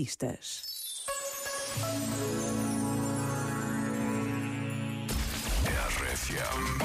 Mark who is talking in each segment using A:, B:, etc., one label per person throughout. A: elitistas.
B: RFM.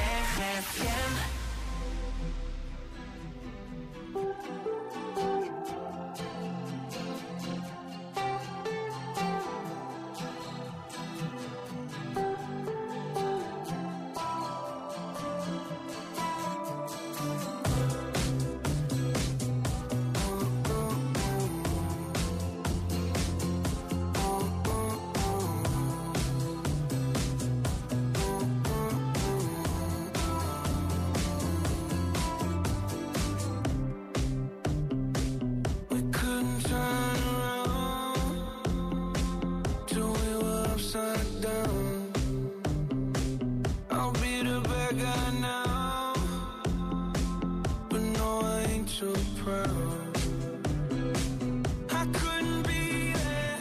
C: We couldn't turn around till we were upside down. I'll be the bad guy now, but no, I ain't too proud. I couldn't be there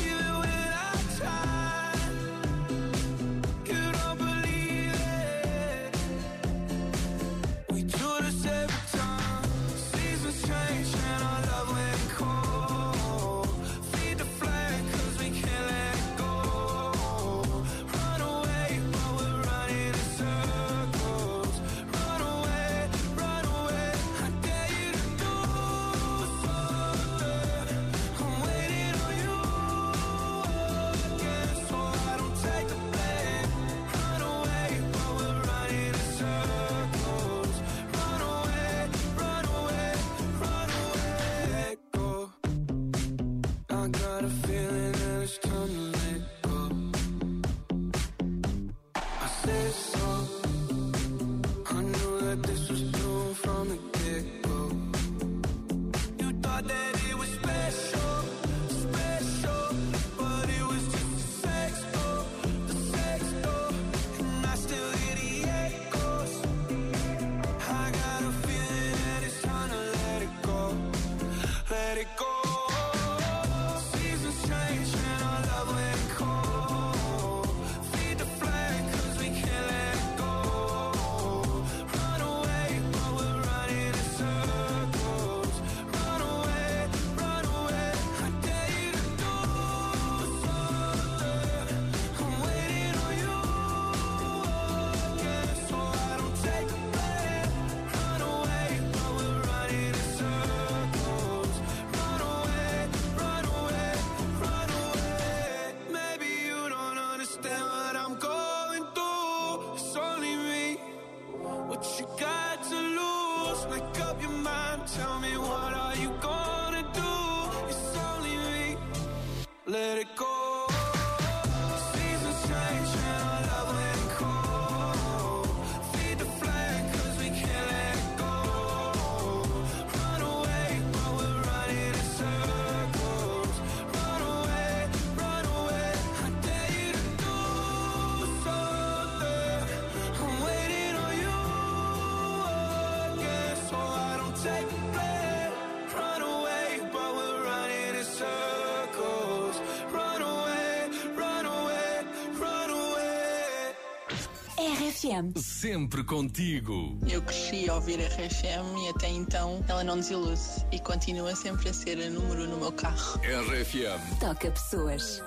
C: even without time. You don't believe it. We do this every time. Seasons change and our love went cold. Feed the flame 'cause we can't let go. Run away, but we're running in circles. Run away, run away. I dare you to do something. I'm waiting on you. Again, so I don't take the blame. Run away, but we're running in circles. Run away, run away, run away. Let go. I got a feeling that it's time to let go. I said so. I knew that this was due from the get go. You thought that it was special, special, but it was just a sex doll, the sex doll, and I still hear the echoes. I got a feeling that it's time to let it go, let it go. Seasons change and our love went cold. Feed the flame 'cause we can't let go. Run away, but we're running in circles. Run away, run away. I dare you to do something. I'm waiting on you again, so I don't take the blame. Run away, but we're running in circles. Run away, run away, run away. Maybe you don't understand what I'm going through. It's only me. What you got to lose? Make up your mind. Tell me what are you gonna do? It's only me. Let it go. Seasons change and our love went cold. Feed the flame 'cause we can't let go. Run away, but we're running in circles. Run away, run away. I dare you to do something. I'm waiting on you again, so I don't take the blame. Run away, but we're running in circles. Run away, run away, run away.
D: RFM.
B: Sempre contigo.
E: Eu cresci a ouvir a RFM e até então ela não desilude e continua sempre a ser a número um no meu carro.
B: RFM.
D: Toca pessoas.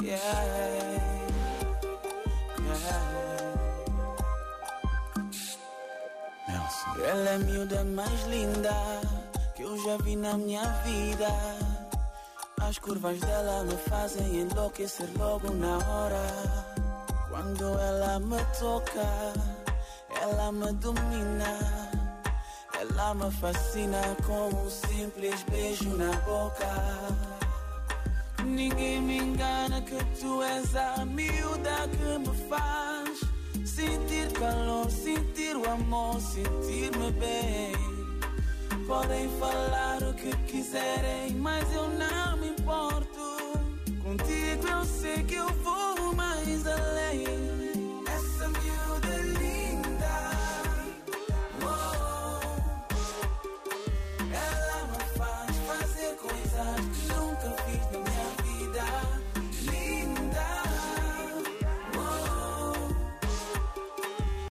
C: Yeah, yeah. Ela é a miúda mais linda que eu já vi na minha vida. As curvas dela me fazem enlouquecer logo na hora. Quando ela me toca, ela me domina. Ela me fascina com um simples beijo na boca. Ninguém me engana que tu és a miúda que me faz sentir calor, sentir o amor, sentir-me bem. Podem falar o que quiserem, mas eu não me importo. Contigo eu sei que eu vou é